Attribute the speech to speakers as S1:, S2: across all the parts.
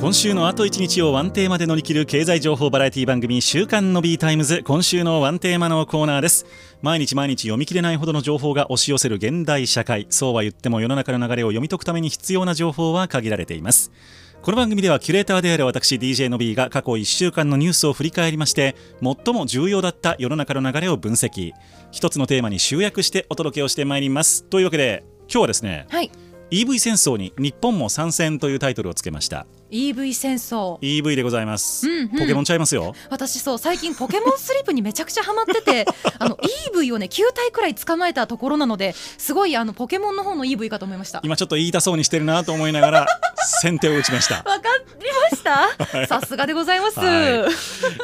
S1: 今週のあと1日をワンテーマで乗り切る経済情報バラエティ番組「週刊の B タイムズ」今週のワンテーマのコーナーです毎日毎日読み切れないほどの情報が押し寄せる現代社会そうは言っても世の中の流れを読み解くために必要な情報は限られていますこの番組ではキュレーターである私 DJ の B が過去1週間のニュースを振り返りまして最も重要だった世の中の流れを分析一つのテーマに集約してお届けをしてまいりますというわけで今日はですね
S2: はい
S1: EV 戦争に日本も参戦というタイトルをつけました
S2: EV 戦争
S1: EV でございます、
S2: うんうん
S1: ポケモンちゃいますよ
S2: 私そう最近ポケモンスリープにめちゃくちゃハマって てあの EV をね9体くらい捕まえたところなのですごいあのポケモンの方の EV かと思いました
S1: 今ちょっと言いたそうにしてるなと思いながら先手を打ちました、
S2: わかりました さすがでございます、
S1: は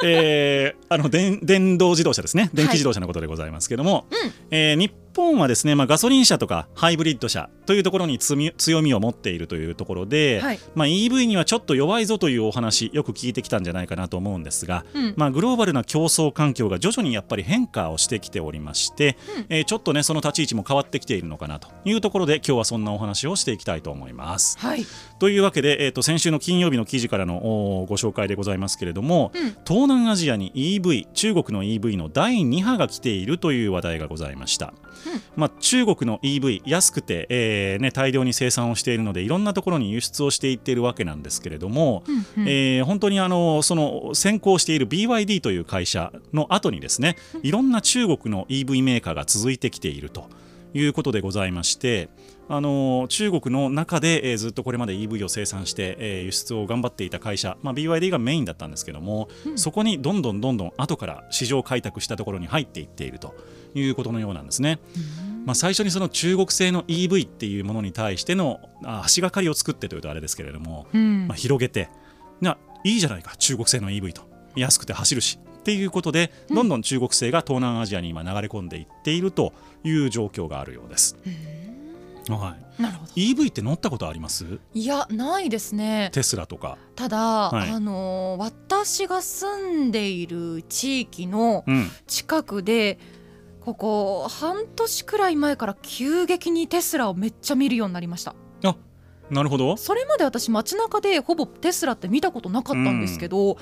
S1: えー、あの電電動自動車ですね電気自動車のことでございますけども、
S2: うん
S1: えー日本はですね、まあ、ガソリン車とかハイブリッド車というところにつみ強みを持っているというところで、
S2: はい
S1: まあ、EV にはちょっと弱いぞというお話よく聞いてきたんじゃないかなと思うんですが、
S2: うん
S1: まあ、グローバルな競争環境が徐々にやっぱり変化をしてきておりまして、
S2: うん
S1: えーちょっとねその立ち位置も変わってきているのかなというところで今日はそんなお話をしていきたいと思います。
S2: はい
S1: というわけで、えー、と先週の金曜日の記事からのおーご紹介でございますけれども、
S2: うん
S1: 東南アジアに EV 中国の EV の第2波が来ているという話題がございました、
S2: うん
S1: まあ、中国の EV 安くて、えーね、大量に生産をしているのでいろんなところに輸出をしていっているわけなんですけれども、
S2: うんうん
S1: えー本当にあのその先行している BYD という会社の後にですねいろんな中国の EV メーカーが続いてきているということでございましてあの中国の中で、えーずっとこれまで EV を生産して、えー輸出を頑張っていた会社、まあ、BYD がメインだったんですけども、そこにどんどんどんどん後から市場開拓したところに入っていっているということのようなんですね。まあ、最初にその中国製の EV っていうものに対してのあ足がかりを作ってというとあれですけれども、
S2: うん
S1: まあ、広げてないいじゃないか中国製の EV と安くて走るしっていうことでどんどん中国製が東南アジアに今流れ込んでいっているという状況があるようです。は
S2: なるほど
S1: い、EV って乗ったことあります
S2: いやないですね
S1: テスラとか。
S2: ただ、
S1: い
S2: あのー私が住んでいる地域の
S1: うん、
S2: 近くでここ半年くらい前から急激にテスラをめっちゃ見るようになりました
S1: あなるほど。
S2: それまで私街中でほぼテスラって見たことなかったんですけど、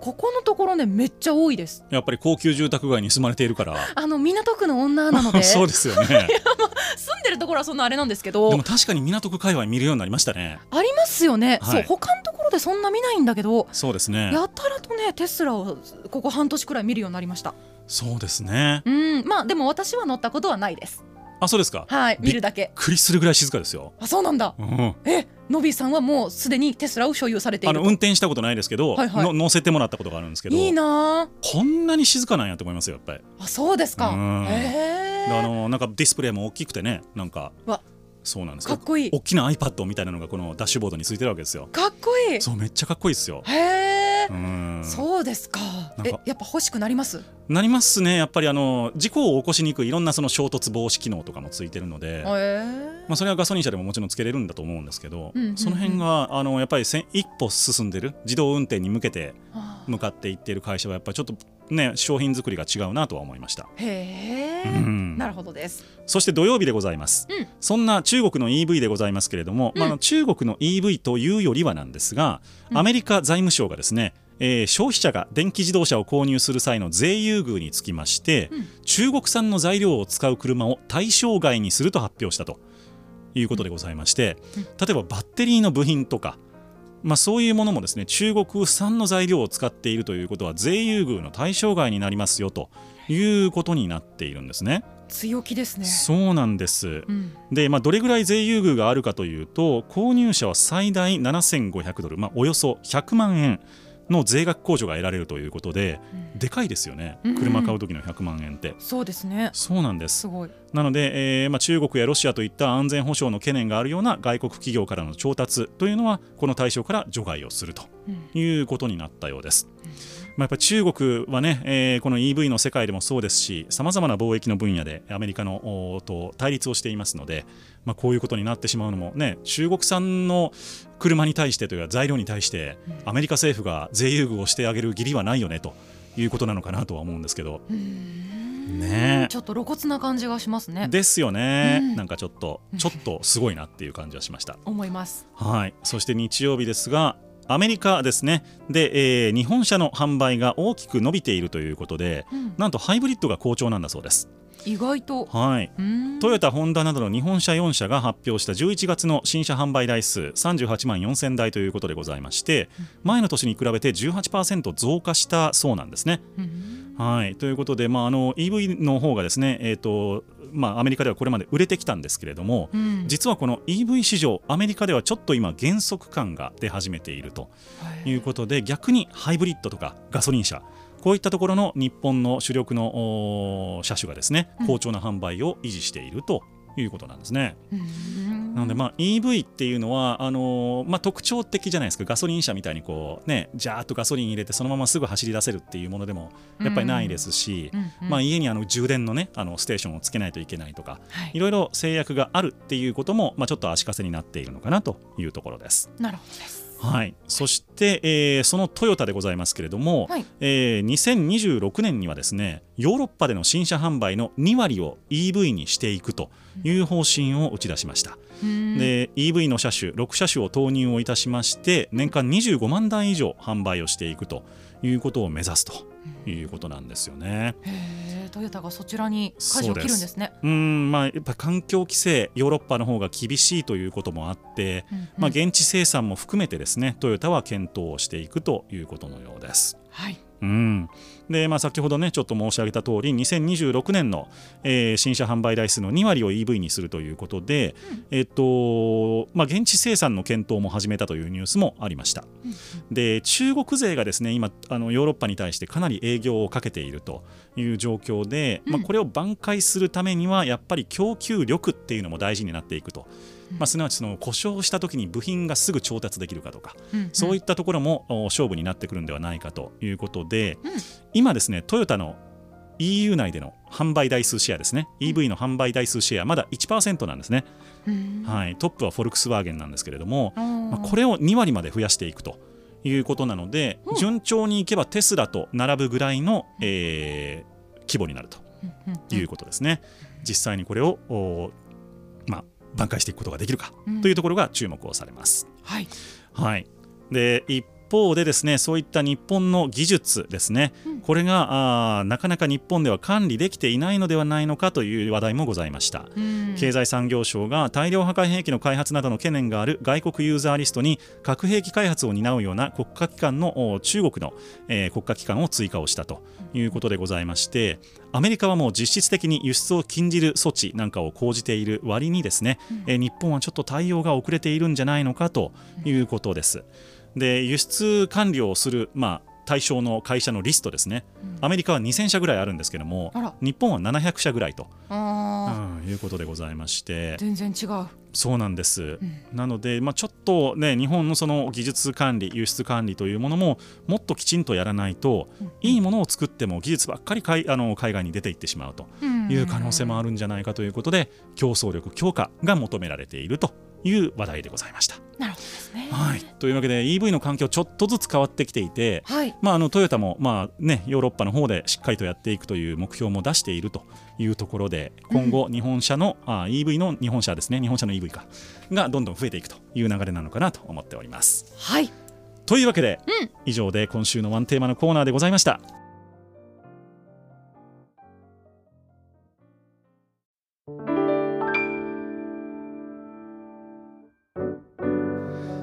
S2: ここのところねめっちゃ多いです
S1: やっぱり高級住宅街に住まれているから。
S2: あの港区の女なの で
S1: そうですよ ね。
S2: 住んでるところはそんなあれなんですけ
S1: で
S2: ど
S1: も確かに港区界隈見るようになりましたね。
S2: ありますよね、
S1: はい
S2: そう他のところでそんな見ないんだけど
S1: そうですね。
S2: やたらとねテスラをここ半年くらい見るようになりました
S1: そうですね。
S2: うんまあでも私は乗ったことはないです
S1: あ、そうですか。
S2: はい
S1: び
S2: 見るだけ
S1: クリするぐらい静かですよ。
S2: あそうなんだ
S1: うん。
S2: えノビーさんはもうすでにテスラを所有されてい
S1: あ
S2: る
S1: の
S2: と
S1: 運転したことないですけど、
S2: はいはい
S1: の乗せてもらったことがあるんですけど。
S2: いいな
S1: こんなに静かなんやと思いますよやっぱり、
S2: ああそうですか
S1: うん
S2: へ
S1: であ
S2: え
S1: のなんかディスプレイも大きくてねなんか
S2: わ
S1: そうなんです
S2: か
S1: よ
S2: っこいい
S1: 大きな iPad みたいなのがこのダッシュボードについてるわけですよ
S2: かっこいい
S1: そうめっちゃかっこいいですよ
S2: へえ
S1: う、ん
S2: そうですか
S1: なんか
S2: えやっぱ欲しくなります
S1: なりますねやっぱりあの事故を起こしにくいいろんなその衝突防止機能とかもついてるので
S2: へ、え
S1: まあ、それはガソリン車でももちろんつけれるんだと思うんですけど、
S2: うんうんうん
S1: その辺があのやっぱりせん一歩進んでる自動運転に向けて
S2: あ
S1: 向かっていっている会社はやっぱりちょっとね商品作りが違うなとは思いました。
S2: へえ
S1: うん
S2: なるほどです
S1: そして土曜日でございます、
S2: うん
S1: そんな中国の EV でございますけれども、
S2: うん
S1: まああの、中国の EV というよりはなんですが、
S2: うん
S1: アメリカ財務省がですね、えー消費者が電気自動車を購入する際の税優遇につきまして、
S2: うん
S1: 中国産の材料を使う車を対象外にすると発表したということでございまして、
S2: うん
S1: 例えばバッテリーの部品とか、まあ、そういうものもですね中国産の材料を使っているということは税優遇の対象外になりますよということになっているんですね。
S2: 強気ですね
S1: そうなんです。
S2: うん
S1: で、まあ、どれぐらい税優遇があるかというと、購入者は最大7500ドル、まあ、およそ100万円の税額控除が得られるということで、
S2: うん
S1: でかいですよね
S2: うん、
S1: 車買う時の100万円って。
S2: そうですね
S1: そうなんです
S2: すごい
S1: なので、えーまあ、中国やロシアといった安全保障の懸念があるような外国企業からの調達というのはこの対象から除外をすると
S2: うん
S1: いうことになったようです。まあ、やっぱり中国はね、えーこの EV の世界でもそうですし、さまざまな貿易の分野でアメリカのおーと対立をしていますので、まあ、こういうことになってしまうのも、ね、中国産の車に対してというか、材料に対して、アメリカ政府が税優遇をしてあげる義理はないよねということなのかなとは思うんですけど、
S2: うん
S1: ねえ
S2: ちょっと露骨な感じがしますね
S1: ですよね、
S2: うん
S1: なんかちょっと、ちょっとすごいなっていう感じはしました。
S2: 思います
S1: はい、そして日曜日ですが、アメリカですねで、えー日本車の販売が大きく伸びているということで
S2: うん
S1: なんとハイブリッドが好調なんだそうです。
S2: 意外と
S1: はい
S2: うん
S1: トヨタ、ホンダなどの日本車4社が発表した11月の新車販売台数38万4000台ということでございまして、前の年に比べて18%増加したそうなんですね。
S2: うん
S1: はいということで、まあ、あの EV の方がですね、えーとまあ、アメリカではこれまで売れてきたんですけれども、
S2: うん
S1: 実はこの EV 市場、アメリカではちょっと今、減速感が出始めていると
S2: はい
S1: いうことで、逆にハイブリッドとかガソリン車、こういったところの日本の主力のおー車種がですね
S2: うん
S1: 好調な販売を維持しているということなんですね。
S2: うん
S1: なので、まあ、EV っていうのはあのーまあ、特徴的じゃないですかガソリン車みたいにこう、ね、ジャーッとガソリン入れてそのまますぐ走り出せるっていうものでもやっぱりないですし、
S2: うんうん
S1: まあ、家にあの充電の,、ね、あのステーションをつけないといけないとか
S2: はい
S1: いろいろ制約があるっていうことも、まあ、ちょっと足かせになっているのかなというところです。
S2: なるほどです
S1: はい、そして、えーそのトヨタでございますけれども、
S2: はい
S1: えー2026年にはですねヨーロッパでの新車販売の2割を EV にしていくという方針を打ち出しました。
S2: うん
S1: で EV の車種6車種を投入をいたしまして年間25万台以上販売をしていくということを目指すということなんですよね。
S2: へートヨタがそちらに舵を切るんですね
S1: うんまあ、やっぱ環境規制ヨーロッパの方が厳しいということもあって、
S2: うんうん
S1: まあ、現地生産も含めてですねトヨタは検討をしていくということのようです。
S2: はい
S1: うんでまあ、先ほどねちょっと申し上げた通り2026年の、えー新車販売台数の2割を EV にするということで、えっとまあ、現地生産の検討も始めたというニュースもありました、
S2: うん
S1: で中国勢がですね今あのヨーロッパに対してかなり営業をかけているという状況で、
S2: うん
S1: まあ、これを挽回するためにはやっぱり供給力っていうのも大事になっていくと、まあ、すなわちその故障した時に部品がすぐ調達できるかとか、そうい
S2: い
S1: ったところもお勝負になってくるんではないかということで、
S2: うん
S1: 今ですねトヨタの EU 内での販売台数シェアですね EV の販売台数シェアまだ1%なんですね、
S2: うん
S1: はい、トップはフォルクスワーゲンなんですけれども、
S2: うん
S1: まあこれを2割まで増やしていくということなので、
S2: うん
S1: 順調にいけばテスラと並ぶぐらいの、えー規模になると
S2: うんうん
S1: いうことですね、実際にこれをおまあ、挽回していくことができるか
S2: うん
S1: というところが注目をされます。
S2: はい
S1: はい、で一方でですねそういった日本の技術ですね、
S2: うん
S1: これがあーなかなか日本では管理できていないのではないのかという話題もございました。
S2: うん
S1: 経済産業省が大量破壊兵器の開発などの懸念がある外国ユーザーリストに核兵器開発を担うような国家機関のお中国の、えー国家機関を追加をしたということでございましてアメリカはもう実質的に輸出を禁じる措置なんかを講じている割にですね、えー日本はちょっと対応が遅れているんじゃないのかということです。で輸出管理をする、まあ対象の会社のリストですね、アメリカは2000社ぐらいあるんですけども
S2: あら
S1: 日本は700社ぐらいと、
S2: あ
S1: うんいうことでございまして
S2: ー全然違う
S1: そうなんです、
S2: うん
S1: なので、まあ、ちょっと、ね、日本のその技術管理輸出管理というものももっときちんとやらないと、
S2: うん
S1: いいものを作っても技術ばっかり海あの海外に出ていってしまうという可能性もあるんじゃないかということで競争力強化が求められているという話題でございました。
S2: なるほどですね
S1: はい、というわけで EV の環境ちょっとずつ変わってきていて、
S2: はい
S1: まあ、あのトヨタも、まあね、ヨーロッパの方でしっかりとやっていくという目標も出しているというところで今後、日本車の、あ EV の日本車ですね日本車の EV かがどんどん増えていくという流れなのかなと思っております。
S2: はい
S1: というわけで、
S2: うん
S1: 以上で今週のワンテーマのコーナーでございました。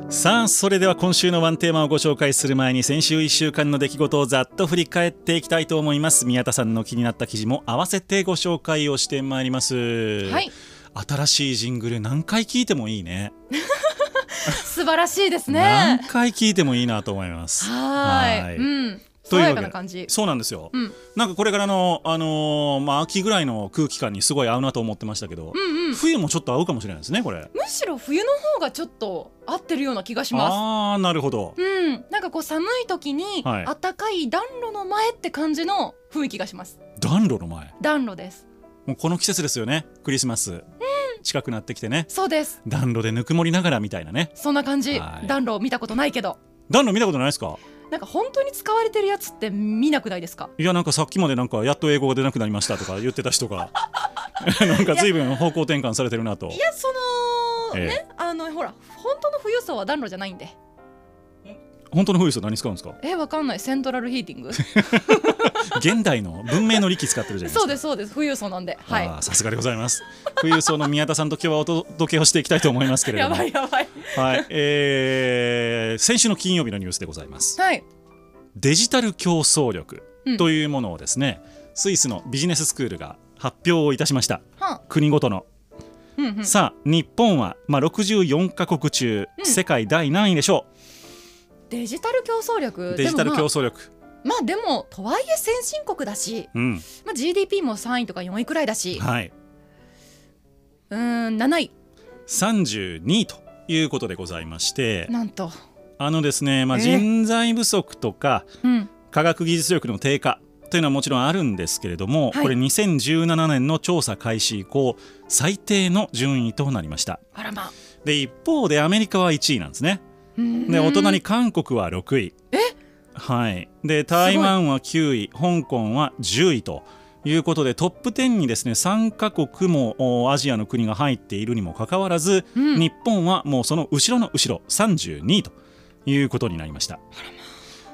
S1: さあそれでは今週のワンテーマをご紹介する前に先週1週間の出来事をざっと振り返っていきたいと思います宮田さんの気になった記事も合わせてご紹介をしてまいります、
S2: はい
S1: 新しいジングル何回聞いてもいいね
S2: 素晴らしいですね
S1: 何回聞いてもいいなと思います。
S2: はい
S1: はい
S2: うん
S1: と
S2: 爽
S1: いうわけで
S2: やかな感じ
S1: そうなんですよ。
S2: うん
S1: なんかこれからの、あのーまあ、秋ぐらいの空気感にすごい合うなと思ってましたけど、
S2: うんうん
S1: 冬もちょっと合うかもしれないですね、これ。
S2: むしろ冬の方がちょっと合ってるような気がします
S1: あー、なるほど。
S2: うん、なんかこう寒い時に、
S1: はい
S2: 暖かい暖炉の前って感じの雰囲気がします
S1: 暖炉の前。
S2: 暖炉です
S1: もうこの季節ですよね、クリスマス。近くなってきてね。
S2: そうです
S1: 暖炉でぬくもりながらみたいなね。
S2: そんな感じ、
S1: はい
S2: 暖炉見たことないけど
S1: 暖炉見たことないですか
S2: なんか本当に使われてるやつって見なくないですか
S1: いや、なんかさっきまでなんかやっと英語が出なくなりましたとか言ってた人 が、なんか随分方向転換されてるなと
S2: い。やその、
S1: ええ
S2: ねあのほら本当の冬さは暖炉じゃないんで
S1: 本当の風力何使うんですか
S2: えわかんないセントラルヒー ティング
S1: 現代の文明の利器使ってるじゃないですか
S2: そうですそうです富裕層なんではい
S1: あーさすがでございます。富裕層の宮田さんと今日はお届けをしていきたいと思いますけれ
S2: や
S1: ども、
S2: ばいやばい
S1: はい、えー先週の金曜日のニュースでございます。
S2: はい
S1: デジタル競争力というものをですね、スイスのビジネススクールが発表をいたしました。
S2: は
S1: 国ごとの、
S2: んうんうん
S1: さあ日本はまあ64カ国中、
S2: うん
S1: 世界第何位でしょ
S2: デジタル競争力
S1: う。デジタル
S2: で
S1: 競
S2: も
S1: 争力。
S2: まあまあでもとはいえ先進国だし、
S1: うん、
S2: まあ、GDP も3位とか4位くらいだし
S1: はい、
S2: うーん7位
S1: 32位ということでございまして、
S2: なんと
S1: あのですね、まあ
S2: え
S1: 人材不足とか。
S2: うん
S1: 科学技術力の低下というのはもちろんあるんですけれども、
S2: はい
S1: これ2017年の調査開始以降最低の順位となりました
S2: あらまあ
S1: で一方でアメリカは1位なんですね
S2: うーん
S1: でお隣韓国は6位
S2: え
S1: はいで台湾は9位香港は10位ということでトップ10にですね3カ国もおアジアの国が入っているにもかかわらず、
S2: うん
S1: 日本はもうその後ろの後ろ32位ということになりました。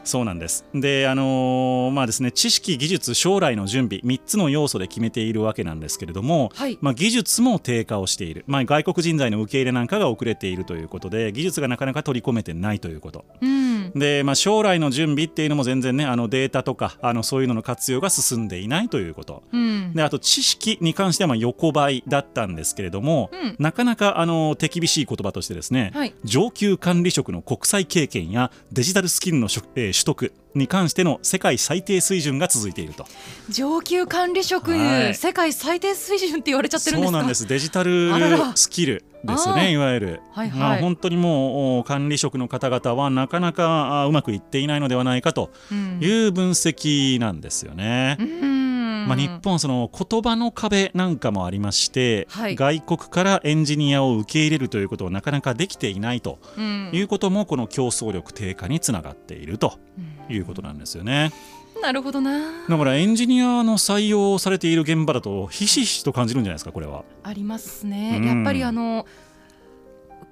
S1: そうなんですであのーまあですね知識技術将来の準備3つの要素で決めているわけなんですけれども、
S2: はい
S1: まあ、技術も低下をしている、まあ、外国人材の受け入れなんかが遅れているということで技術がなかなか取り込めてないということ
S2: うん
S1: で、まあ、将来の準備っていうのも全然ねあのデータとかあのそういうのの活用が進んでいないということ
S2: うん
S1: であと知識に関してはまあ横ばいだったんですけれども、
S2: うん
S1: なかなかあの手厳しい言葉としてですね、
S2: はい
S1: 上級管理職の国際経験やデジタルスキルのしょ、えー取得に関しての世界最低水準が続いていると
S2: 上級管理職、
S1: はい
S2: 世界最低水準って言われちゃってるんで
S1: そ
S2: す
S1: う
S2: か
S1: なんですデジタル
S2: あらら
S1: スキルですよ
S2: あー
S1: ねいわゆる、
S2: はいはい
S1: まあ本当にもうお管理職の方々はなかなかあーうまくいっていないのではないかと
S2: うん
S1: いう分析なんですよね。
S2: うん
S1: まあ、日本はその言葉の壁なんかもありまして、
S2: はい
S1: 外国からエンジニアを受け入れるということをなかなかできていないと
S2: うん
S1: いうこともこの競争力低下につながっているということなんですよね
S2: なるほどな
S1: だからエンジニアの採用されている現場だとひしひしと感じるんじゃないですかこれは。
S2: ありますね、
S1: うん
S2: やっぱりあの、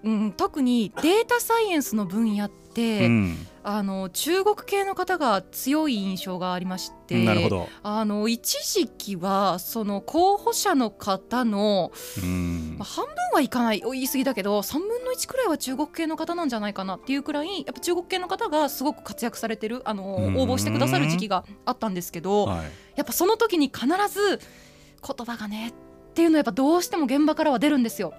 S2: うん、特にデータサイエンスの分野って、
S1: うん、
S2: あの中国系の方が強い印象がありまして
S1: なるほど、
S2: あの一時期はその候補者の方の、
S1: うん
S2: まあ、半分はいかないお言い過ぎだけど3分の1くらいは中国系の方なんじゃないかなっていうくらいやっぱ中国系の方がすごく活躍されてるあの
S1: うん
S2: 応募してくださる時期があったんですけど、
S1: はい
S2: やっぱその時に必ず言葉がねっていうのはやっぱどうしても現場からは出るんですよ。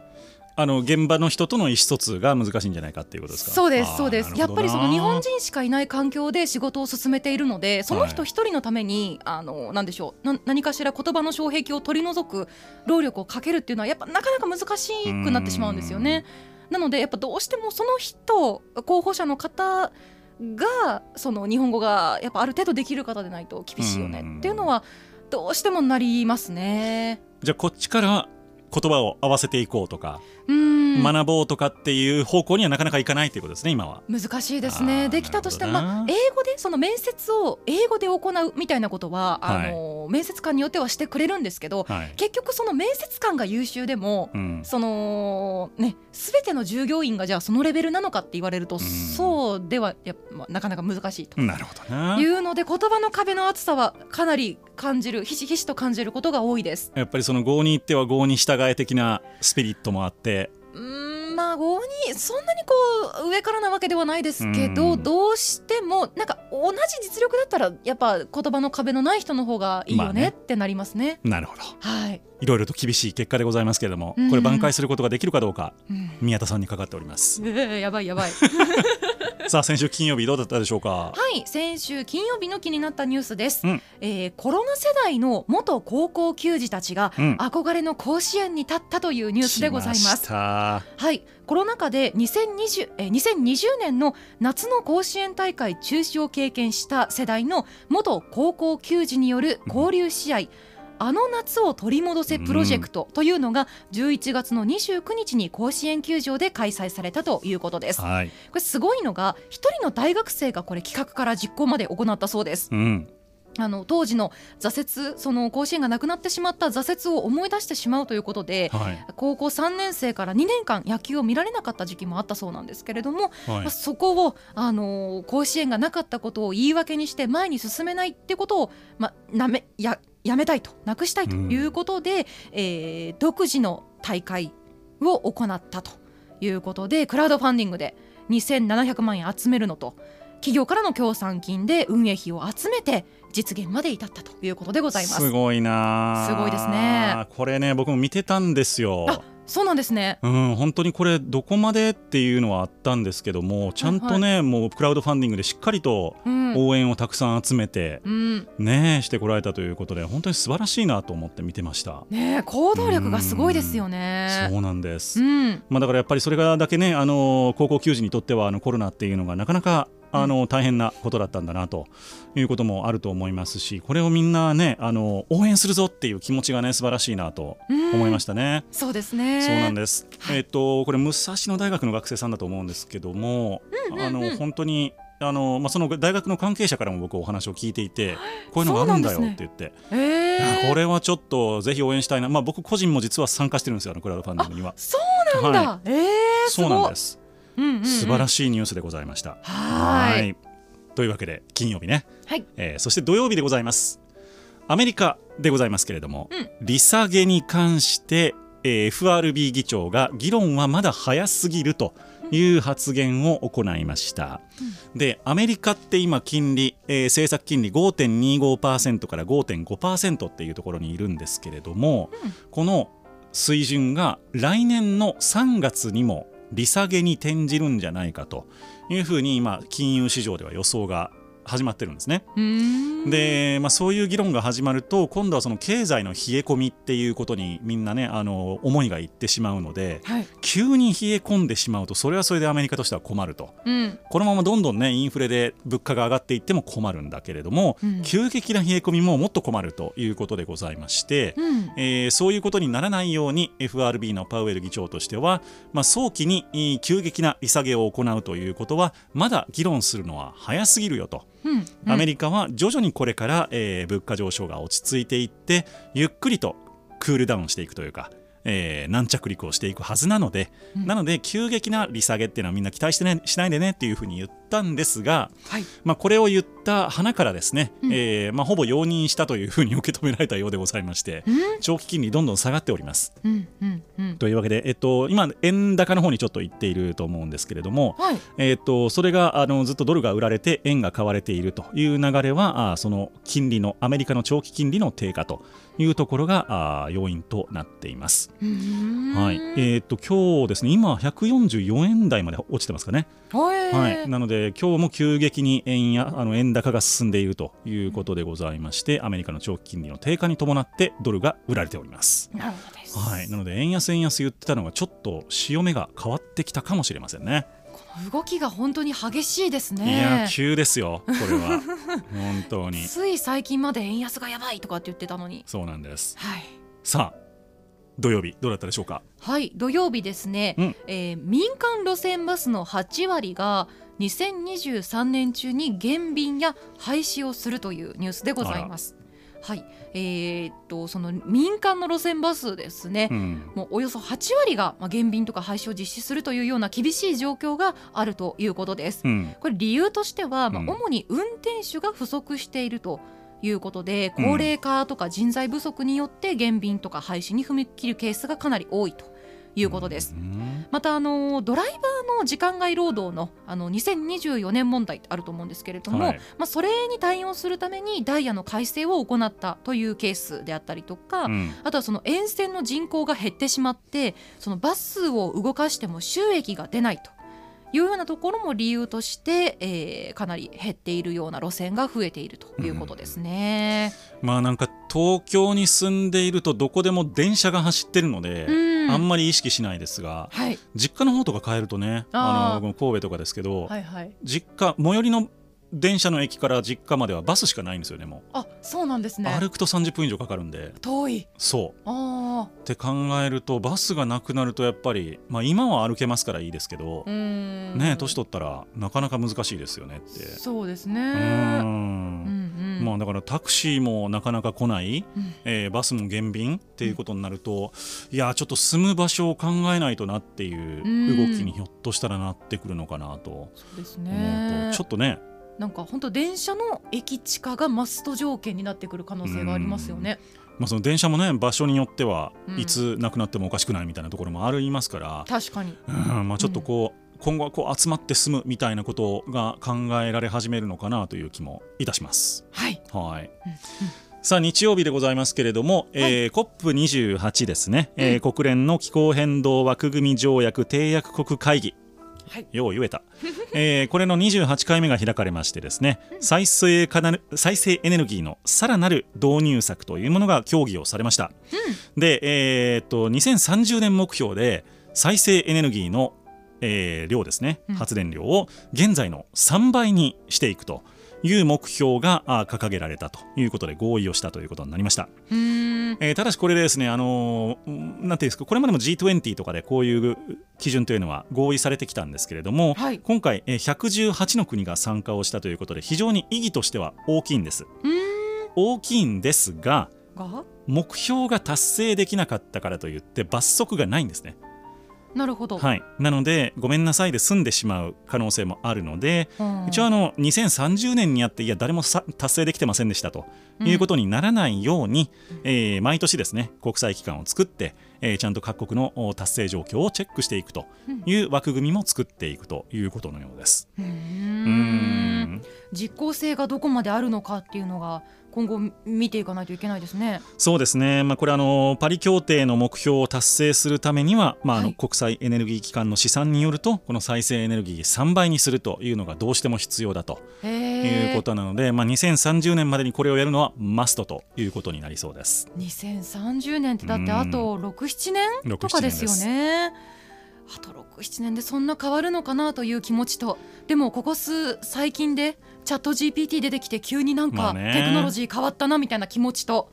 S1: あの現場の人との意思疎通が難しいんじゃないかっていうことですか
S2: そうで
S1: あ
S2: す
S1: ー
S2: そうです
S1: な
S2: や
S1: る
S2: っ
S1: ほ
S2: ぱ
S1: どな
S2: りその日本人しかいない環境で仕事を進めているのでその人一人のために、あの何でしょうな何かしら言葉の障壁を取り除く労力をかけるっていうのはやっぱなかなか難しくなってしまうんですよね。なのでやっぱどうしてもその人候補者の方がその日本語がやっぱある程度できる方でないと厳しいよねっていうのはどうしてもなりますね。
S1: じゃあこっちから言葉を合わせていこうとか、
S2: うん
S1: 学ぼうとかっていう方向にはなかなかいかないっていうことですね今は。
S2: 難しいです
S1: あー
S2: ね。できたとしても、
S1: なるほどな
S2: まあ、英語でその面接を英語で行うみたいなことは、
S1: はい
S2: あの面接官によってはしてくれるんですけど、
S1: はい
S2: 結局その面接官が優秀でも。
S1: うん
S2: そのね、全ての従業員がじゃあそのレベルなのかって言われると、
S1: ん
S2: そうではやっぱまあなかなか難しいと
S1: なるほどな
S2: いうので言葉の壁の厚さはかなり感じるひしひしと感じることが多いです。
S1: やっぱりその郷に行っては郷に従え的なスピリットもあって
S2: うーんまあ5にそんなにこう上からなわけではないですけ
S1: う
S2: ど
S1: ん
S2: どうしてもなんか同じ実力だったらやっぱ言葉の壁のない人の方がいい
S1: まあ
S2: よ
S1: ね
S2: ねってなりますね。
S1: なるほど
S2: はい、
S1: いろいろと厳しい結果でございますけれども
S2: うん
S1: これ挽回することができるかどうか
S2: うん
S1: 宮田さんにかかっておりま
S2: う
S1: す
S2: ーやばい やばい
S1: さあ先週金曜日どうだったでしょうか
S2: はい先週金曜日の気になったニュースです、
S1: うん
S2: えーコロナ世代の元高校球児たちが
S1: うん
S2: 憧れの甲子園に立ったというニュースでございま
S1: 来
S2: す
S1: し。た
S2: はい、コロナ禍で2020えー2020年の夏の甲子園大会中止を経験した世代の元高校球児による交流試合、あの夏を取り戻せプロジェクトというのが11月の29日に甲子園球場で開催されたということです。こ
S1: はい
S2: れすごいのが1人の大学生がこれ企画から実行まで行ったそうです。
S1: うん
S2: あの当時の挫折その甲子園がなくなってしまった挫折を思い出してしまうということで
S1: はい
S2: 高校3年生から2年間野球を見られなかった時期もあったそうなんですけれども、
S1: は
S2: まあ
S1: い
S2: そこを、あのー甲子園がなかったことを言い訳にして前に進めないってことを、まあ、なめややめたいとなくしたいということで、えー独自の大会を行ったということでクラウドファンディングで2700万円集めるのと企業からの協賛金で運営費を集めて実現まで至ったということでございますす。
S1: ごいなー
S2: すごいですね
S1: これね僕も見てたんですよ
S2: あそうなんですね
S1: うん、本当にこれどこまでっていうのはあったんですけどもちゃんとね、もうクラウドファンディングでしっかりと
S2: うん、
S1: 応援をたくさん集めて、
S2: うん
S1: ねえしてこられたということで本当に素晴らしいなと思って見てました、
S2: ねえ行動力がすごいですよね。
S1: そうなんです、
S2: うん
S1: まあ、だからやっぱりそれがだけねあの高校球児にとってはあのコロナっていうのがなかなかあの大変なことだったんだなということもあると思いますしこれをみんなねあの応援するぞっていう気持ちがね素晴らしいなと思いま
S2: し
S1: したね。
S2: た。そうですね。
S1: そうなんです。
S2: はい
S1: えっ、とこれ武蔵野大学の学生さんだと思うんですけども、
S2: うんうん
S1: あの本当にあのまあその大学の関係者からも僕お話を聞いていて、こういうのがあるんだよ
S2: そうなん
S1: っ
S2: です
S1: て言って、
S2: え
S1: あ
S2: ー、
S1: これはちょっとぜひ応援したいな。まあ僕個人も実は参加してるんですよあのクラウドファンディングには。
S2: そうなんだ、
S1: は
S2: えー、
S1: そうなんですす。
S2: ごい、うんうんうん、
S1: 素晴ら
S2: しい
S1: しいニュースでございました。
S2: はーい
S1: ーというわけで金曜日ね、
S2: はい
S1: えーそして土曜日でございます。アメリカでございますけれども、
S2: うん
S1: 利下げに関して、えー FRB 議長が議論はまだ早すぎるという発言を行いました。で、アメリカって今金利、えー政策金利5.25%から5.5%っていうところにいるんですけれども、
S2: うん
S1: この水準が来年の3月にも利下げに転じるんじゃないかというふうに今金融市場では予想が始まってるんですね。
S2: うーん
S1: で、まあ、そういう議論が始まると今度はその経済の冷え込みっていうことにみんなねあの思いがいってしまうので
S2: はい
S1: 急に冷え込んでしまうとそれはそれでアメリカとしては困ると
S2: うん
S1: このままどんどんねインフレで物価が上がっていっても困るんだけれども、
S2: うん
S1: 急激な冷え込みももっと困るということでございまして、
S2: うん
S1: えーそういうことにならないように FRB のパウエル議長としては、まあ、早期にえー急激な利下げを行うということはまだ議論するのは早すぎるよと。
S2: うん
S1: アメ
S2: リ
S1: リカは徐々にこれから、えー物価上昇が落ち着いていってゆっくりとクールダウンしていくというか、えー軟着陸をしていくはずなので、
S2: うん
S1: なので急激な利下げっていうのはみんな期待して、ね、しないでねっていうふうに言ったんですが、
S2: カはい
S1: まあ、これを言った花からですね、
S2: うん
S1: えーまあ、ほぼ容認したというふうに受け止められたようでございまして
S2: うん
S1: 長期金利どんどん下がっております。
S2: うんうんうん
S1: というわけで、えっと、今円高の方にちょっと行っていると思うんですけれども、
S2: はい
S1: えー、とそれがあのずっとドルが売られて円が買われているという流れはあーその金利のアメリカの長期金利の低下というところがあー要因となっています。
S2: うーん
S1: はいえー、と今日ですね今144円台まで落ちてますかね。
S2: ほえー
S1: はい、なので今日も急激に円やあの円高が進んでいるということでございましてアメリカの長期金利の低下に伴ってドルが売られております。
S2: なるほどです、
S1: はい、なので円安円安言ってたのがちょっと潮目が変わってきたかもしれませんね。
S2: この動きが本当に激しいです
S1: いや
S2: ね
S1: 急ですよこれは 本当に
S2: つい最近まで円安がやばいとかって言ってたのに
S1: そうなんです
S2: はい
S1: さあ土曜日どうだったでしょうか
S2: はい土曜日ですね、
S1: うん
S2: えー民間路線バスの8割が2023年中に減便や廃止をするというニュースでございます。はい、えーっとその民間の路線バスですね、
S1: うん
S2: もうおよそ8割がまあ減便とか廃止を実施するというような厳しい状況があるということです。
S1: うん
S2: これ理由としては、まあ
S1: うん
S2: 主に運転手が不足しているということで
S1: うん
S2: 高齢化とか人材不足によって減便とか廃止に踏み切るケースがかなり多いということです。
S1: うん
S2: またあのドライバーの時間外労働のあの2024年問題ってあると思うんですけれども、
S1: はい
S2: まあ、それに対応するためにダイヤの改正を行ったというケースであったりとか、
S1: うん
S2: あとはその沿線の人口が減ってしまってそのバスを動かしても収益が出ないというようなところも理由として、えーかなり減っているような路線が増えているということですね。
S1: まあなんか東京に住んでいるとどこでも電車が走ってるので、
S2: うん
S1: あんまり意識しないですが
S2: はい、
S1: 実家の方とか帰るとね
S2: あー
S1: あの神戸とかですけど、
S2: いはい、
S1: 実家最寄りの電車の駅から実家まではバスしかないんですよねも
S2: あそうなんです
S1: う、
S2: ね。
S1: 歩くと30分以上かかるんで
S2: 遠い
S1: そう
S2: あー
S1: って考えるとバスがなくなるとやっぱり、まあ、今は歩けますからいいですけど
S2: う、ーん
S1: ね年取ったらなかなか難しいですよねって。
S2: そうです
S1: うー
S2: ね。うん
S1: ん
S2: うん
S1: まあ、だからタクシーもなかなか来ない、
S2: うん
S1: えーバスも減便っていうことになると、いやーちょっと住む場所を考えないとなっていう
S2: うん
S1: 動きにひょっとしたらなってくるのかなと
S2: そうです
S1: 思う
S2: ね
S1: とちょっとね
S2: なんか本当電車の駅地下がマスト条件になってくる可能性がありますよね。
S1: まあ、その電車もね場所によっては
S2: うん
S1: いつなくなってもおかしくないみたいなところもありますから、
S2: 確かに。
S1: うんまあ、ちょっとこう、今後はこう集まって住むみたいなことが考えられ始めるのかなという気もいたします。
S2: はい。
S1: はい
S2: うん
S1: さあ日曜日でございますけれども、えー COP28 ですね、えー国連の気候変動枠組み条約締約国会議
S2: はい。
S1: よう言えた、 えーこれの28回目が開かれましてですね再生可なる再生エネルギーのさらなる導入策というものが協議をされました、で、えーっと2030年目標で再生エネルギーの、えー量ですね
S2: うん
S1: 発電量を現在の3倍にしていくという目標があー掲げられたということで合意をしたということになりました。
S2: うーん。
S1: えーただしこれですね、あのーうんなんていうんですか、これまでも G20 とかでこういう基準というのは合意されてきたんですけれども、
S2: はい
S1: 今回、えー118の国が参加をしたということで、非常に意義としては大きいんです。
S2: うーん。
S1: 大きいんですが、
S2: が。
S1: 目標が達成できなかったからといって罰則がないんですね。
S2: なるほど。
S1: はい、なので、ごめんなさいで済んでしまう可能性もあるので、
S2: うん
S1: 一応あの2030年にあっていや誰もさ達成できてませんでしたということにならないように、えー毎年ですね国際機関を作って、えーちゃんと各国のお達成状況をチェックしていくという枠組みも作っていくということのようです。
S2: うー。
S1: うんん
S2: 実効性がどこまであるのかっていうのが今後見ていかないといけないですね。
S1: そうですね、まあ、これあの、パリ協定の目標を達成するためには、まああの
S2: はい
S1: 国際エネルギー機関の試算によると、この再生エネルギー3倍にするというのがどうしても必要だと
S2: へ
S1: いうこ
S2: え。
S1: となので、まあ、2030年までにこれをやるのはマストということになりそうです。
S2: 2030年ってだってあと6、7年とかですよね。あと6、7年でそんな変わるのかなという気持ちとでもここ数最近でチャット GPT 出てきて急になん
S1: ま
S2: か
S1: あね
S2: テクノロジー変わったなみたいな気持ちと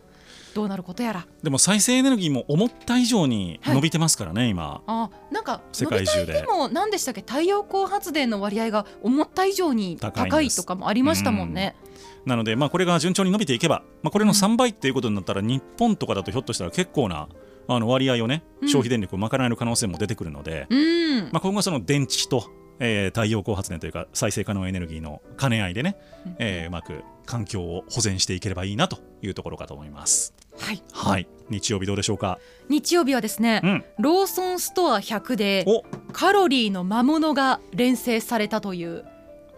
S2: どうなることやら
S1: でも再生エネルギーも思った以上に伸びてますからね、今。
S2: あなんか
S1: 世界中で
S2: 伸びたいも何でしたっけ太陽光発電の割合が思った以上に
S1: 高いんです
S2: 高いとかもありましたもんね。
S1: なので、まあ、これが順調に伸びていけば、まあ、これの3倍っていうことになったら、日本とかだとひょっとしたら結構なあの割合をね、
S2: うん
S1: 消費電力を賄える可能性も出てくるので、
S2: うん
S1: まあ、今後、その電池と、えー太陽光発電というか、再生可能エネルギーの兼ね合いでね、
S2: うん
S1: えーうまく環境を保全していければいいなというところかと思います。
S2: はい、
S1: はい日曜日どうでしょうか、
S2: 日曜日はですね、
S1: うん、
S2: ローソンストア100で
S1: お
S2: カロリーの魔物が連成されたという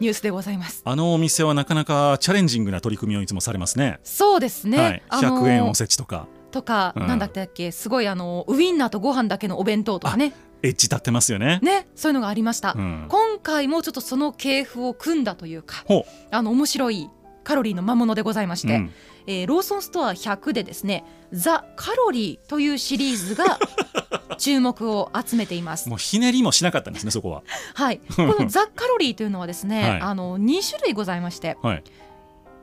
S2: ニュースでございます。
S1: あのお店はなかなかチャレンジングな取り組みをいつもされますね。
S2: そうですね、
S1: はい、
S2: あの
S1: 100円おせちとか
S2: とか、
S1: うん
S2: なんだったっけすごいあのウインナーとご飯だけのお弁当とかね
S1: エッジ立ってますよね。
S2: ねそういうのがありました、
S1: うん
S2: 今回もちょっとその系譜を組んだというか
S1: ほ
S2: あの面白いカロリーの魔物でございまし
S1: う、
S2: て、
S1: うん
S2: えーローソンストア100でですね「ザ・カロリー」というシリー ズが注目を集めています。
S1: もうひねりもしなかったんですね、そこは。
S2: はい、この ザ・カロリーというのはですね、
S1: はい
S2: あの2種類ございまして
S1: はい、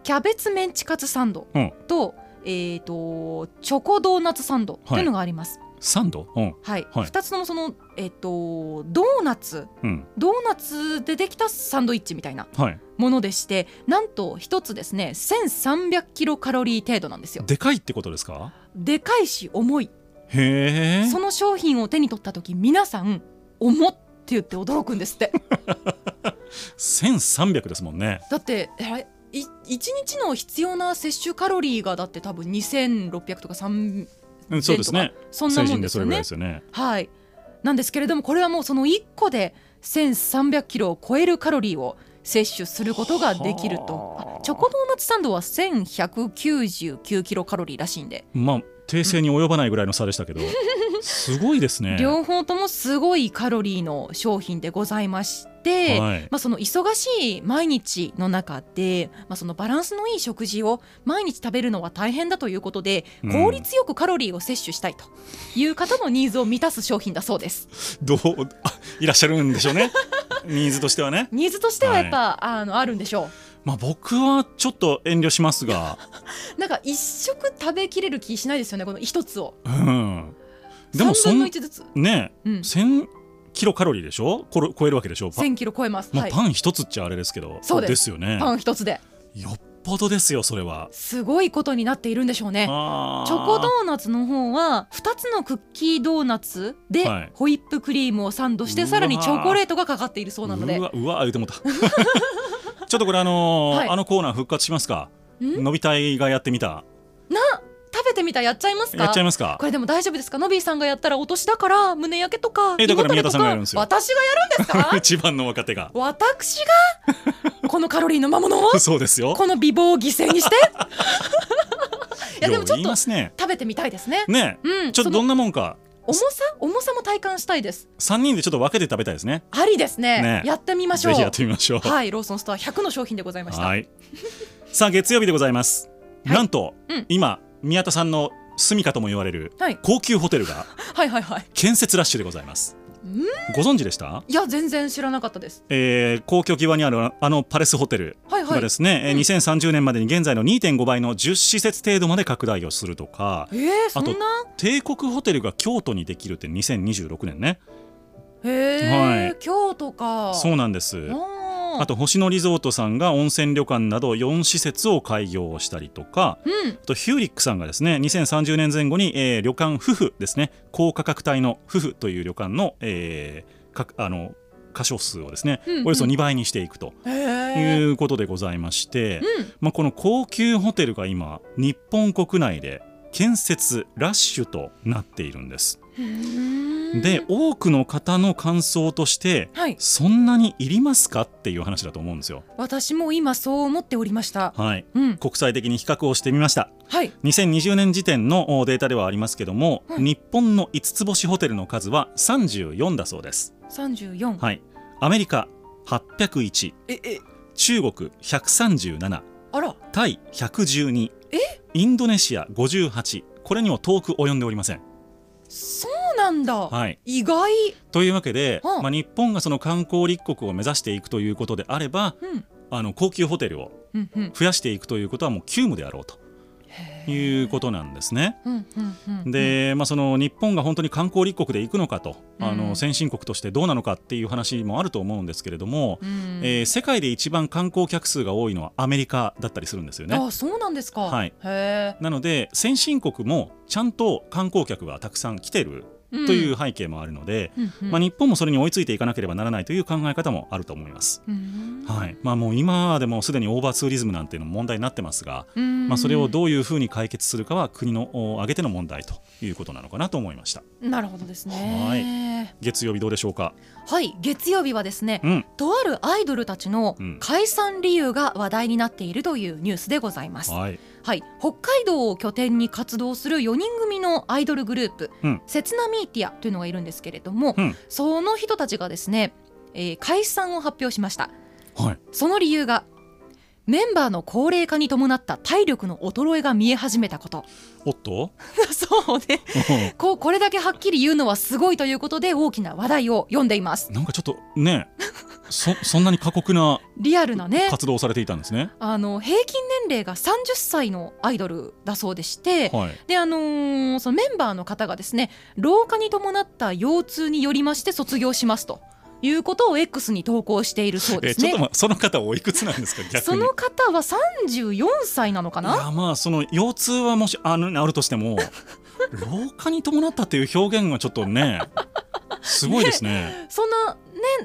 S2: キャベツメンチカツサンド
S1: うん
S2: と,、えー、とチョコドーナツサンドというのがあります。
S1: サンド、うん、
S2: はい
S1: はい
S2: 2つともその、えっとドーナツ
S1: うん、
S2: ドーナツでできたサンドイッチみたいな
S1: はい、
S2: ものでしてなんと1つですね1300キロカロリー程度なんですよ。
S1: でかいってことですか。
S2: でかいし重い
S1: へえ
S2: そ。の商品を手に取った時皆さん重って言って驚くんで すって
S1: 千三百ですもんね。
S2: だってえらいい一日の必要な摂取カロリーがだって多分2600とか3
S1: うん、そうですね。
S2: そんな
S1: 成
S2: も
S1: 人
S2: んで
S1: ですそ
S2: よ
S1: れぐらい
S2: ね
S1: ですよね。
S2: はいなんですけれどもこれはもうその1個で1300キロを超えるカロリーを摂取することができる
S1: は
S2: と
S1: あ
S2: あチョコドーナツサンドは1199キロカロリーらしいんで、
S1: まあ、訂正に及ばないぐらいの差でしたけど。すごいですね。
S2: 両方ともすごいカロリーの商品でございまして、
S1: はい。
S2: まあ、その忙しい毎日の中で、まあ、そのバランスのいい食事を毎日食べるのは大変だということで
S1: うん
S2: 効率よくカロリーを摂取したいという方のニーズを満たす商品だそうです。
S1: どう、あ、いらっしゃるんでしょうね。ニーズとしてはね。
S2: ニーズとしてはやっぱ、あのあるんでしょ
S1: まあ、僕はちょっと遠慮しますが。
S2: うなんか一食食べきれる気しないですよねこの一つを
S1: うん。で
S2: 3
S1: も、そ
S2: 分の
S1: ん、
S2: 1ずつ、
S1: ね、
S2: うん、
S1: 千キロカロリーでしょ。これ超えるわけでしょ。パン
S2: 1000キロ超えます、
S1: まあ、
S2: はい、
S1: パン一つっちゃあれですけど、
S2: そうです
S1: よね
S2: パン一つで
S1: よっぽどですよそれは。
S2: すごいことになっているんでしょうね
S1: チ
S2: チョコドーナツの方は2つのクッキードーナツ
S1: はい
S2: でホイップクリームをサンドして、
S1: うわー
S2: さらにチョコレートがかかっているそうなので
S1: うわうわ言うてもうた ちょっとこれあのー
S2: はい
S1: あのコーナー復活しますか
S2: ん
S1: のびたいがやってみた
S2: 食べてみたらやっちゃいますか
S1: やっちゃいますか
S2: これでも大丈夫ですかノビーさんがやったらお年だから胸焼けとか
S1: えだから
S2: 胃もたれと
S1: 宮田さんがやるんですよ
S2: 私がやるんです か
S1: 一番の若手が
S2: 私がこのカロリーの魔 物を
S1: そうですよ
S2: この美貌を犠牲に していやでもち
S1: よう
S2: ょっ
S1: 言い
S2: と
S1: ますね
S2: 食べてみたいですね
S1: ね
S2: うん
S1: ちょっと
S2: そ
S1: ど
S2: の
S1: んなもんか
S2: 重さ重さも体感したいです
S1: 3人でちょっと分けて食べたいですね
S2: ありですね
S1: ね
S2: やってみましょ
S1: ぜ
S2: う
S1: ひやってみましょう
S2: はいローソンストア100の商品でございました
S1: はいさあ月曜日でございます、
S2: はい
S1: なんと、
S2: うん
S1: 今宮田さんの住処とも言われる
S2: はい
S1: 高級ホテルが
S2: はいはいはい
S1: 建設ラッシュでございます
S2: うん
S1: ご存知でした
S2: いや全然知らなかったです
S1: えー、皇居際にあるあのパレスホテル
S2: はいは
S1: が
S2: い
S1: ですね、えー
S2: うん
S1: 2030年までに現在の2.5倍の10施設程度まで拡大をするとか
S2: えー、そんな
S1: 帝国ホテルが京都にできるって2026年ね
S2: へえ、
S1: はい
S2: 京都か
S1: そうなんです
S2: あー
S1: あと星野リゾートさんが温泉旅館など4施設を開業したりとか
S2: うん
S1: あとヒューリックさんがですね2030年前後に、えー旅館夫婦ですね高価格帯の夫婦という旅館の、えーかあの箇所数をですね、
S2: うんうん
S1: およそ2倍にしていくと
S2: へえ
S1: いうことでございまして、
S2: うん
S1: まあ、この高級ホテルが今日本国内で建設ラッシュとなっているんです。
S2: うーん
S1: で多くの方の感想として、
S2: はい
S1: そんなにいりますかっていう話だと思うんですよ。
S2: 私も今そう思っておりました
S1: はい、
S2: うん
S1: 国際的に比較をしてみました
S2: はい
S1: 2020年時点のおデータではありますけども、
S2: うん
S1: 日本の5つ星ホテルの数は34だそうです。
S2: 34
S1: はい、アメリカ801
S2: ええ
S1: 中国137
S2: あら
S1: タイ112インドネシア58これにも遠く及んでおりません。
S2: そうなんだ、
S1: はい、
S2: 意外
S1: というわけで、
S2: うん
S1: まあ、日本がその観光立国を目指していくということであれば
S2: うん
S1: あの高級ホテルを
S2: うんうん
S1: 増やしていくということはもう急務であろうと
S2: へえ
S1: いうことなんですね。
S2: うんうんうんうん
S1: で、まあ、その日本が本当に観光立国で行くのかと、あ
S2: う
S1: の
S2: ん
S1: 先進国としてどうなのかっていう話もあると思うんですけれども、
S2: うん
S1: えー世界で一番観光客数が多いのはアメリカだったりするんですよね。
S2: あそうなんですか、
S1: はい
S2: へえ
S1: なので先進国もちゃんと観光客がたくさん来てるとい、う背景もあるので、
S2: うんうんうん
S1: まあ、日本もそれに追いついていかなければならないという考え方もあると思います。
S2: うん
S1: はいまあ、もう今でもすでにオーバーツーリズムなんていうのも問題になってますが、
S2: うん
S1: まあ、それをどういうふうに解決するかは国のお挙げての問題ということなのかなと思いました
S2: なるほどですね
S1: 月曜日どうでしょうか、
S2: はい、月曜日はですね
S1: うん、
S2: とあるアイドルたちの
S1: うん
S2: 解散理由が話題になっているというニュースでございます、
S1: はい、
S2: はい、北海道を拠点に活動する4人組のアイドルグループ、
S1: うん
S2: セツナミーティアというのがいるんですけれども、
S1: うん
S2: その人たちがですね、えー解散を発表しました
S1: はい、
S2: その理由がメンバーの高齢化に伴った体力の衰えが見え始めたこと
S1: おっと
S2: そうねこうこれだけはっきり言うのはすごいということで大きな話題を読んでいます
S1: なんかちょっとねそそんなに過酷な
S2: リアルなね
S1: 活動をされていたんですね。
S2: あの平均年齢が30歳のアイドルだそうでして、
S1: はい、
S2: であのーそのメンバーの方がですね老化に伴った腰痛によりまして卒業しますということを X に投稿しているそう
S1: え
S2: で
S1: ー
S2: す
S1: ちょっ
S2: ね
S1: と、。まその方おいくつなんですか逆に
S2: その方は34歳なのか
S1: い
S2: な
S1: やまあその腰痛はもしあのあるとして も老化に伴ったっていう表現がちょっとねすごいですね。
S2: そんな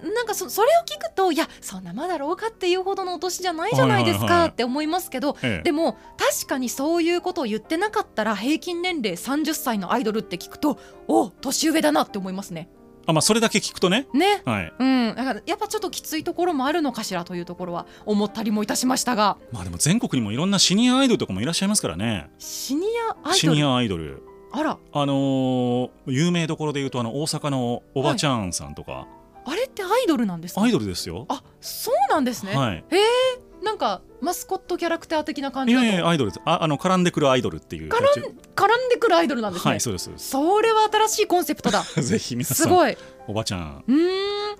S2: ねなんかそそれを聞くといやそんなまだ老化っていうほどのお年じゃないじゃないです
S1: はいはいは
S2: か
S1: い
S2: って思いますけど
S1: ええ
S2: でも確かにそういうことを言ってなかったら平均年齢30歳のアイドルって聞くとお年上だなって思いますね。
S1: あまあそれだけ聞くとね。
S2: ね
S1: はい。
S2: うん、だからやっぱちょっときついところもあるのかしらというところは思ったりもいたしましたが
S1: まあでも全国にもいろんなシニアアイドルとかもいらっしゃいますからね。
S2: シニアアイ
S1: シ
S2: ド
S1: ニ
S2: ル
S1: アアイドル。
S2: あら
S1: あのー有名どころで言うとあの大阪のおばちゃんさんとか、
S2: あれってアイドルなんですか
S1: アイドルですよ。
S2: あそうなんですね、
S1: はい。
S2: なんかマスコットキャラクター的な感
S1: い
S2: じだ
S1: や
S2: と
S1: いやアイドルです。ああの絡んでくるアイドルっていう
S2: 絡
S1: 形。
S2: 絡んでくるアイドルなんですね、
S1: はいそうですそうです。
S2: それは新しいコンセプ トだ
S1: ぜひ皆
S2: す
S1: さん
S2: ごい
S1: おばちゃん。
S2: うーん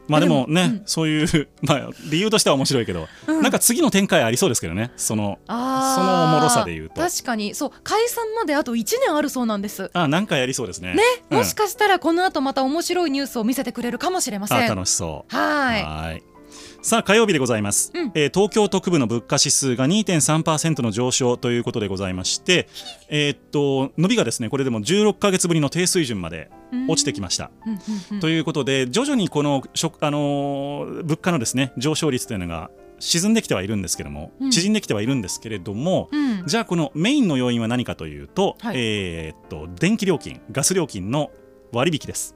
S1: まあでもね、
S2: うん
S1: そういうまあ理由としては面白いけど、
S2: うん
S1: なんか次の展開ありそうですけどね。その
S2: あー
S1: そのおもろさで言うと
S2: 確かにそう解散まであと1年あるそうなんです
S1: あなんかやりそうですね。
S2: ね、
S1: うん
S2: もしかしたらこの後また面白いニュースを見せてくれるかもしれません
S1: あ楽しそう。
S2: はい
S1: はーいさあ火曜日でございます、
S2: うん
S1: えー東京特部の物価指数が2.3%の上昇ということでございまして、えーっと伸びがですねこれでも16か月ぶりの低水準まで落ちてきました。
S2: うんうんうん
S1: ということで徐々にこの食、あのー物価のですね上昇率というのが沈んできてはいるんですけども、
S2: うん
S1: 縮んできてはいるんですけれども、
S2: うん
S1: じゃあこのメインの要因は何かというと,、
S2: はい
S1: えーっと電気料金ガス料金の割引です。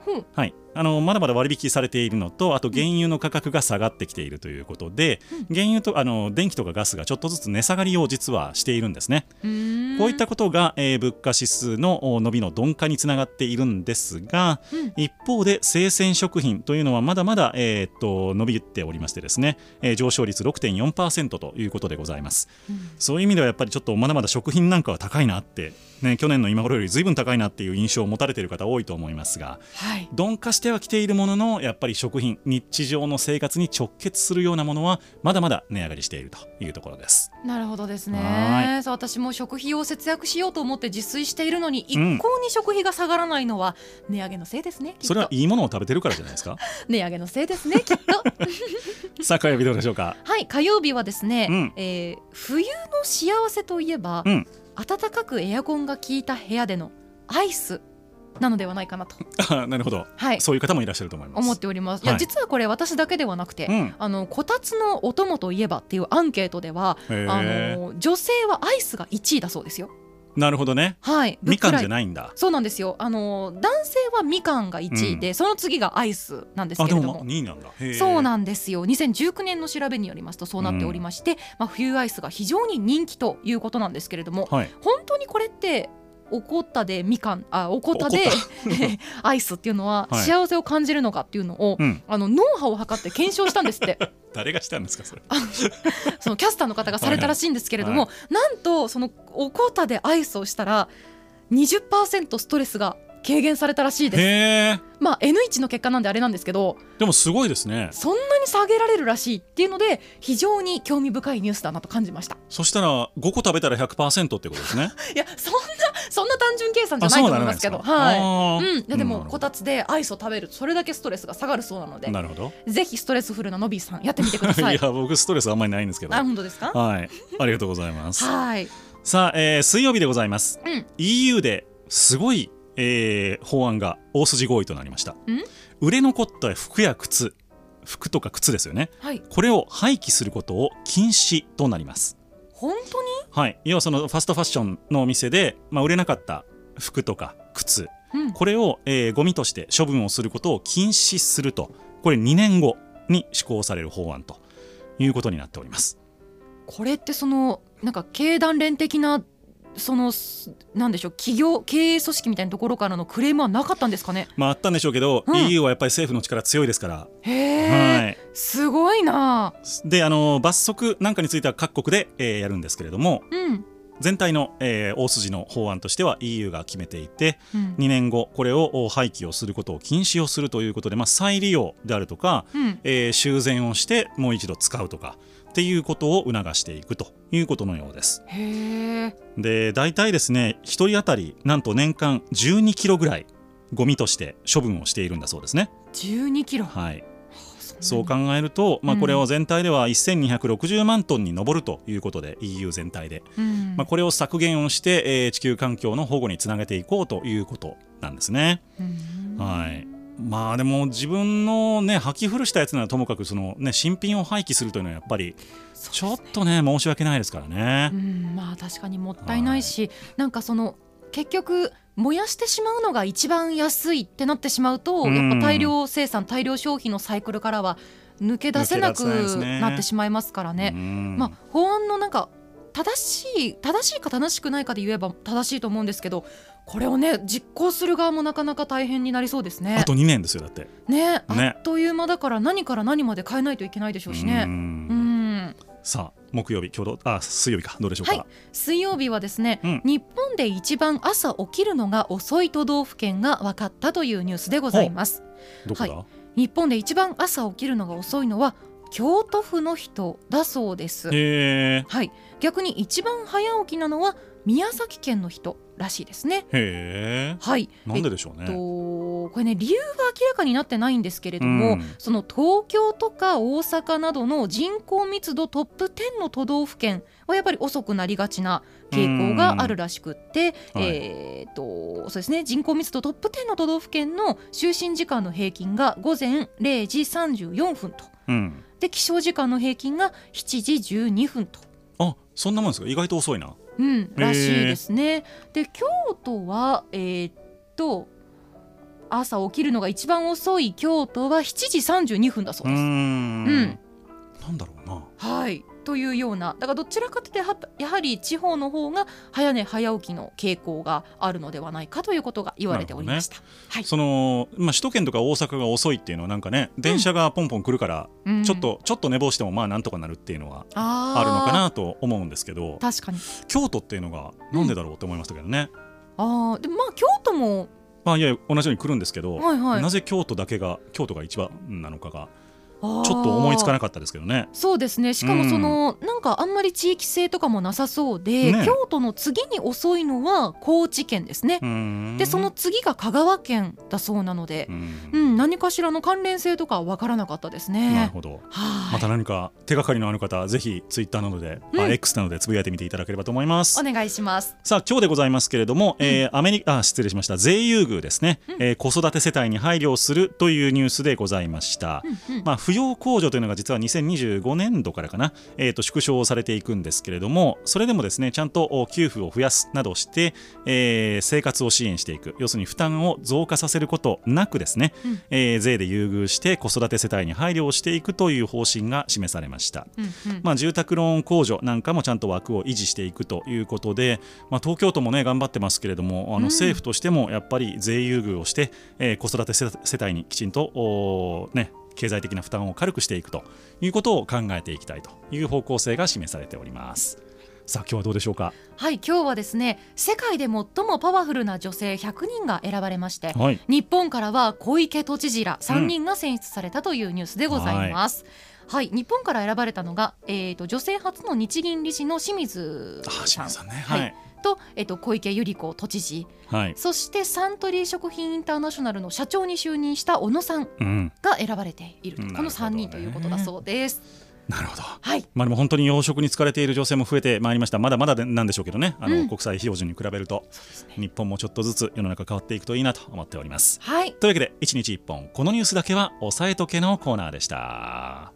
S2: ほう
S1: はい、あのまだまだ割引されているのとあと原油の価格が下がってきているということで、原油とあの電気とかガスがちょっとずつ値下がりを実はしているんですね。
S2: うーん
S1: こういったことが、えー物価指数のお伸びの鈍化につながっているんですが、
S2: うん
S1: 一方で生鮮食品というのはまだまだ、えーっと伸びておりましてですね、えー上昇率6.4%ということでございます、そういう意味ではやっぱりちょっとまだまだ食品なんかは高いなって、ね、去年の今頃よりずいぶん高いなっていう印象を持たれている方多いと思いますが
S2: はい
S1: 鈍化してはきているもののやっぱり食品日常の生活に直結するようなものはまだまだ値上がりしているというところです。
S2: なるほどです
S1: は
S2: ねそう私も食費を節約しようと思って自炊しているのに一
S1: うん
S2: 向に食費が下がらないのは値上げのせいですねきっと
S1: それはいいものを食べてるからじゃないです か。
S2: 値上げのせいで すねきっと
S1: さあ火曜日どうでしょうか。
S2: はい火曜日はですね、
S1: うん
S2: えー冬の幸せといえば、
S1: うん
S2: 暖かくエアコンが効いた部屋でのアイスなのではないかなと
S1: あなるほど、
S2: はい
S1: そういう方もいらっしゃると思います。
S2: 思っております、い、
S1: は
S2: や
S1: い
S2: 実はこれ私だけではなくて、
S1: うん
S2: あのこたつのお供といえばっていうアンケートでは
S1: へ
S2: あ
S1: ー
S2: の女性はアイスが1位だそうですよ
S1: なるほどね。
S2: はい
S1: みかんじゃ
S2: い
S1: ないんだ。
S2: そうなんですよあの男性はみかんが1位で、その次がアイスなんです
S1: あ
S2: けれ
S1: で
S2: ど
S1: もま
S2: も
S1: 二位なんだ。へー
S2: そうなんですよ2019年の調べによりますとそうなっておりまして、まあ、冬アイスが非常に人気ということなんですけれども、
S1: はい。
S2: 本当にこれっておこったでみかんあおこたで
S1: おこ
S2: アイスっていうのは
S1: はい
S2: 幸せを感じるのかっていうのを、
S1: うん。
S2: あの脳波を測って検証したんですって
S1: 誰がしたんですかそれ。
S2: そのキャスターの方がされたらしいんですけれども、
S1: は
S2: なんとそのおこたでアイスをしたら20%ストレスが軽減されたらしいです。
S1: へえ。
S2: まあ N1 の結果なんであれなんですけど
S1: でもすごいですね。
S2: そんなに下げられるらしいっていうので非常に興味深いニュースだなと感じました
S1: そしたら五個食べたら100%ってことですね。
S2: いやそんなそんな単純計 算じゃ
S1: あ
S2: ない
S1: そう
S2: と思
S1: ないらな
S2: ま
S1: いですす
S2: け
S1: か
S2: ど。はい
S1: あー
S2: うん、いやでも、
S1: なるほど
S2: こたつでアイスを食べるそれだけストレスが下がるそうなので
S1: なるほど。
S2: ぜひストレスフルなのびーさんやってみてくだ さい
S1: いや僕ストレスあんまりないんですけど。
S2: あ
S1: はい。
S2: 本当ですか
S1: ありがとうございます。
S2: はい
S1: さあ、えー水曜日でございます、
S2: うん
S1: EU ですごい、えー法案が大筋合意となりました
S2: ん
S1: 売れ残った服や靴服とか靴ですよね
S2: はい
S1: これを廃棄することを禁止となります
S2: 本当に
S1: はい要はそのファストファッションのお店で、まあ、売れなかった服とか靴
S2: うん
S1: これを、えーゴミとして処分をすることを禁止するとこれ2年後に施行される法案ということになっております
S2: これってそのなんか経団連的なそのすなんでしょう企業経営組織みたいなところからのクレームはなかったんですかね
S1: まああったんでしょうけど、
S2: うん
S1: EU はやっぱり政府の力強いですから、
S2: へえ、
S1: はい
S2: すごいな
S1: であの罰則なんかについては各国で、えーやるんですけれども
S2: うん、
S1: 全体の、えー大筋の法案としては EU が決めていて
S2: うん
S1: 2年後これをお廃棄をすることを禁止をするということで、まあ、再利用であるとか、
S2: うん
S1: えー修繕をしてもう一度使うとかっていうことを促していくということのようです
S2: へえ
S1: で大体ですね1人当たりなんと年間12キロぐらいゴミとして処分をしているんだそうですね
S2: 12キロ
S1: はい
S2: ん
S1: そう
S2: な
S1: 考えると、まあ、
S2: うん
S1: これを全体では1260万トンに上るということで、EU 全体で、
S2: うん
S1: まあ、これを削減をして、えー地球環境の保護につなげていこうということなんですね。
S2: うん
S1: はいまあでも自分のね履き古したやつならともかくそのね新品を廃棄するというのはやっぱり
S2: そう
S1: ちょっとね申し訳ないですからね
S2: う。ん、まあ確かにもったいないし、なんかその結局燃やしてしまうのが一番安いってなってしまうと、
S1: うん
S2: やっぱ大量生産大量消費のサイクルからは抜け出せなく
S1: 抜け出せないですね
S2: なってしまいますからね。
S1: うん
S2: まあ法案のなんか正しい正しいか正しくないかで言えば正しいと思うんですけどこれをね実行する側もなかなか大変になりそうですね
S1: あ。と2年ですよだって。
S2: ねあっという間だから何から何まで変えないといけないでしょうし
S1: う
S2: ね。
S1: ん
S2: うん
S1: さあ木曜日共同あ水曜日かどうでしょうか。
S2: はい水曜日はですね、
S1: うん
S2: 日本で一番朝起きるのが遅い都道府県が分かったというニュースでございます
S1: どこだ、
S2: は日本で一番朝起きるのが遅いのは京都府の人だそうです
S1: へ
S2: はい逆に一番早起きなのは宮崎県の人らしいですね
S1: えへえ
S2: はい
S1: なんででしょうね。
S2: えっとこれね理由は明らかになってないんですけれども、
S1: うん
S2: その東京とか大阪などの人口密度トップ10の都道府県はやっぱり遅くなりがちな傾向があるらしくって、
S1: うんはい
S2: えーっとそうですね人口密度トップ10の都道府県の就寝時間の平均が午前0時34分と
S1: うん、
S2: で起床時間の平均が7時12分と。
S1: あそんなもんですか意外と遅いな
S2: うん、らしいですね。で京都はえーっと朝起きるのが一番遅い京都は7時32分だそう
S1: ー
S2: です。
S1: ん
S2: うん
S1: なんだろうな
S2: はいというようなだからどちらかというとやはやはり地方の方が早寝早起きの傾向があるのではないかということが言われておりました。はい
S1: その、まあ、首都圏とか大阪が遅いっていうのはなんかね電車がポンポン来るから、
S2: うん
S1: ちょっとちょっと寝坊してもまあなんとかなるっていうのは
S2: あー
S1: あるのかなと思うんですけど
S2: 確かに
S1: 京都っていうのがなんでだろうって思いましたけどね、
S2: ああでもまあ京都も
S1: まあいや同じように来るんですけど、
S2: はいはい
S1: なぜ京都だけが京都が一番なのかが
S2: ちょ
S1: ちょっと思いつか
S2: ない
S1: なかったですけどね
S2: そうですねしかもその、なんかあんまり地域性とかもなさそうで、
S1: ね
S2: 京都の次に遅いのは高知県ですね、
S1: うーん
S2: でその次が香川県だそうなので
S1: う、ん
S2: うん何かしらの関連性とかは分からなかったです
S1: なる
S2: ね。
S1: ほど
S2: はい
S1: また何か手がかりのある方ぜひツイッターなどで、
S2: うん
S1: あ X などでつぶやいてみていただければと思います
S2: お願いします。
S1: さあ今日でございますけれども、えーアメリカあ失礼しました税優遇ですね、
S2: うん
S1: えー子育て世帯に配慮するというニュースでございました、
S2: うんうん
S1: まあ、扶養控除というのが実は2025年度からかな、えー、と縮小されていくんですけれどもそれでもですねちゃんとお給付を増やすなどして、えー生活を支援していく要するに負担を増加させることなくですね、
S2: うん
S1: えー税で優遇して子育て世帯に配慮をしていくという方針が示されました。
S2: うんうん
S1: まあ、住宅ローン控除なんかもちゃんと枠を維持していくということで、まあ、東京都もね頑張ってますけれどもあ
S2: うん
S1: の政府としてもやっぱり税優遇をして、えー子育て世世帯にきちんとおーね経済的な負担を軽くしていくということを考えていきたいという方向性が示されております。さあ今日はどうでしょうか。
S2: はい今日はですね世界で最もパワフルな女性100人が選ばれまして、
S1: はい。
S2: 日本からは小池都知事ら3人が選出されたというニュースでございます。はい、日本から選ばれたのが、えー、と女性初の日銀理事の清水
S1: あ
S2: さ
S1: 清
S2: ん
S1: 水さんね。
S2: は
S1: はいい。
S2: と,、えー、と小池百合子都知事
S1: はい。
S2: そしてサントリー食品インターナショナルの社長に就任した小野さん
S1: うん。
S2: が選ばれていると
S1: なるほどね
S2: この3人ということだそうです。
S1: なるほど。
S2: はい
S1: まあでも本当に養殖に疲れている女性も増えてまいりました。まだまだでなんでしょうけどね。あの、
S2: うん
S1: 国際標準に比べると日本もちょっとずつ世の中変わっていくといいなと思っております。
S2: はい
S1: というわけで1日1本このニュースだけは押さえとけのコーナーでした。